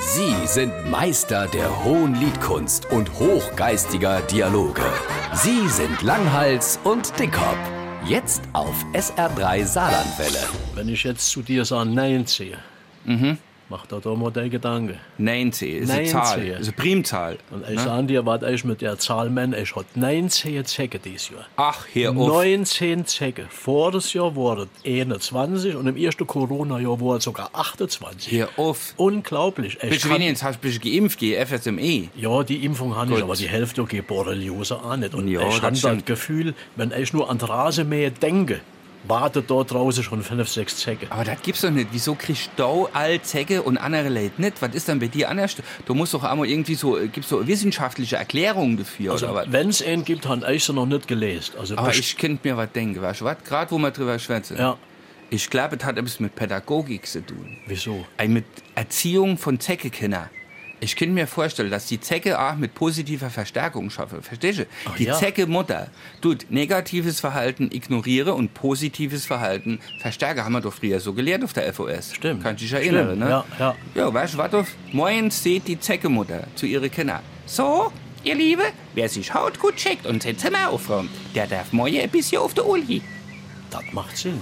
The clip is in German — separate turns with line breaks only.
Sie sind Meister der hohen Liedkunst und hochgeistiger Dialoge. Sie sind Langhals und Dickhop. Jetzt auf SR3 Saarlandwelle.
Wenn ich jetzt zu dir sage Nein ziehe, mach dir da mal deine Gedanken.
Nancy Mhm. ist eine
Nancy.
Zahl, ist ne? eine Primzahl.
Und ich sage dir, was ich mit der Zahl meine, ich hatte 19 Zecke dieses Jahr.
Ach, hier Ah, auf.
19 Zecke. Voriges Jahr wurde es 21 und im ersten Corona-Jahr wurde es sogar 28.
Hier auf.
Unglaublich. Ich
Bist du
kann-
wenigstens hast du bist geimpft, gegen FSME?
Ja, die Impfung habe ich,
Gut.
aber die Hälfte geht Borreliose auch nicht. Und
Ja,
ich
das
habe das
stimmt.
Gefühl, wenn ich nur an die Rasenmähe denke, wartet dort draußen schon fünf, sechs Zecke.
Aber das gibt's doch nicht. Wieso kriegst du all Zecke und andere Leute nicht? Was ist denn bei dir anders? Du musst doch einmal irgendwie so, äh, gibt's so wissenschaftliche Erklärungen dafür,
Also,
oder was? Ah,
wenn es einen gibt, habe ich sie noch nicht gelesen. Also,
Aber
best-
ich könnte mir was denken, weißt du was? Gerade wo wir drüber schwätzen.
Ja.
Ich glaube, das hat etwas mit Pädagogik zu tun.
wieso?
Ein mit Erziehung von Zeckekinder. Ich kann mir vorstellen, dass die Zecke auch mit positiver Verstärkung schaffe. Verstehst du? die
Oh, ja.
Zecke Mutter tut negatives Verhalten ignoriere und positives Verhalten verstärke. Haben wir doch früher so gelehrt auf der FOS.
Stimmt.
Kannst du dich
Stimmt,
erinnern, ne?
ja, ja.
Ja, weißt du, was auf? Moin seht die Zecke Mutter zu ihre Kinder. So, ihr Liebe, wer sich haut gut checkt und sein Zimmer aufräumt, der darf moin ein bisschen auf der Uli.
Das macht Sinn.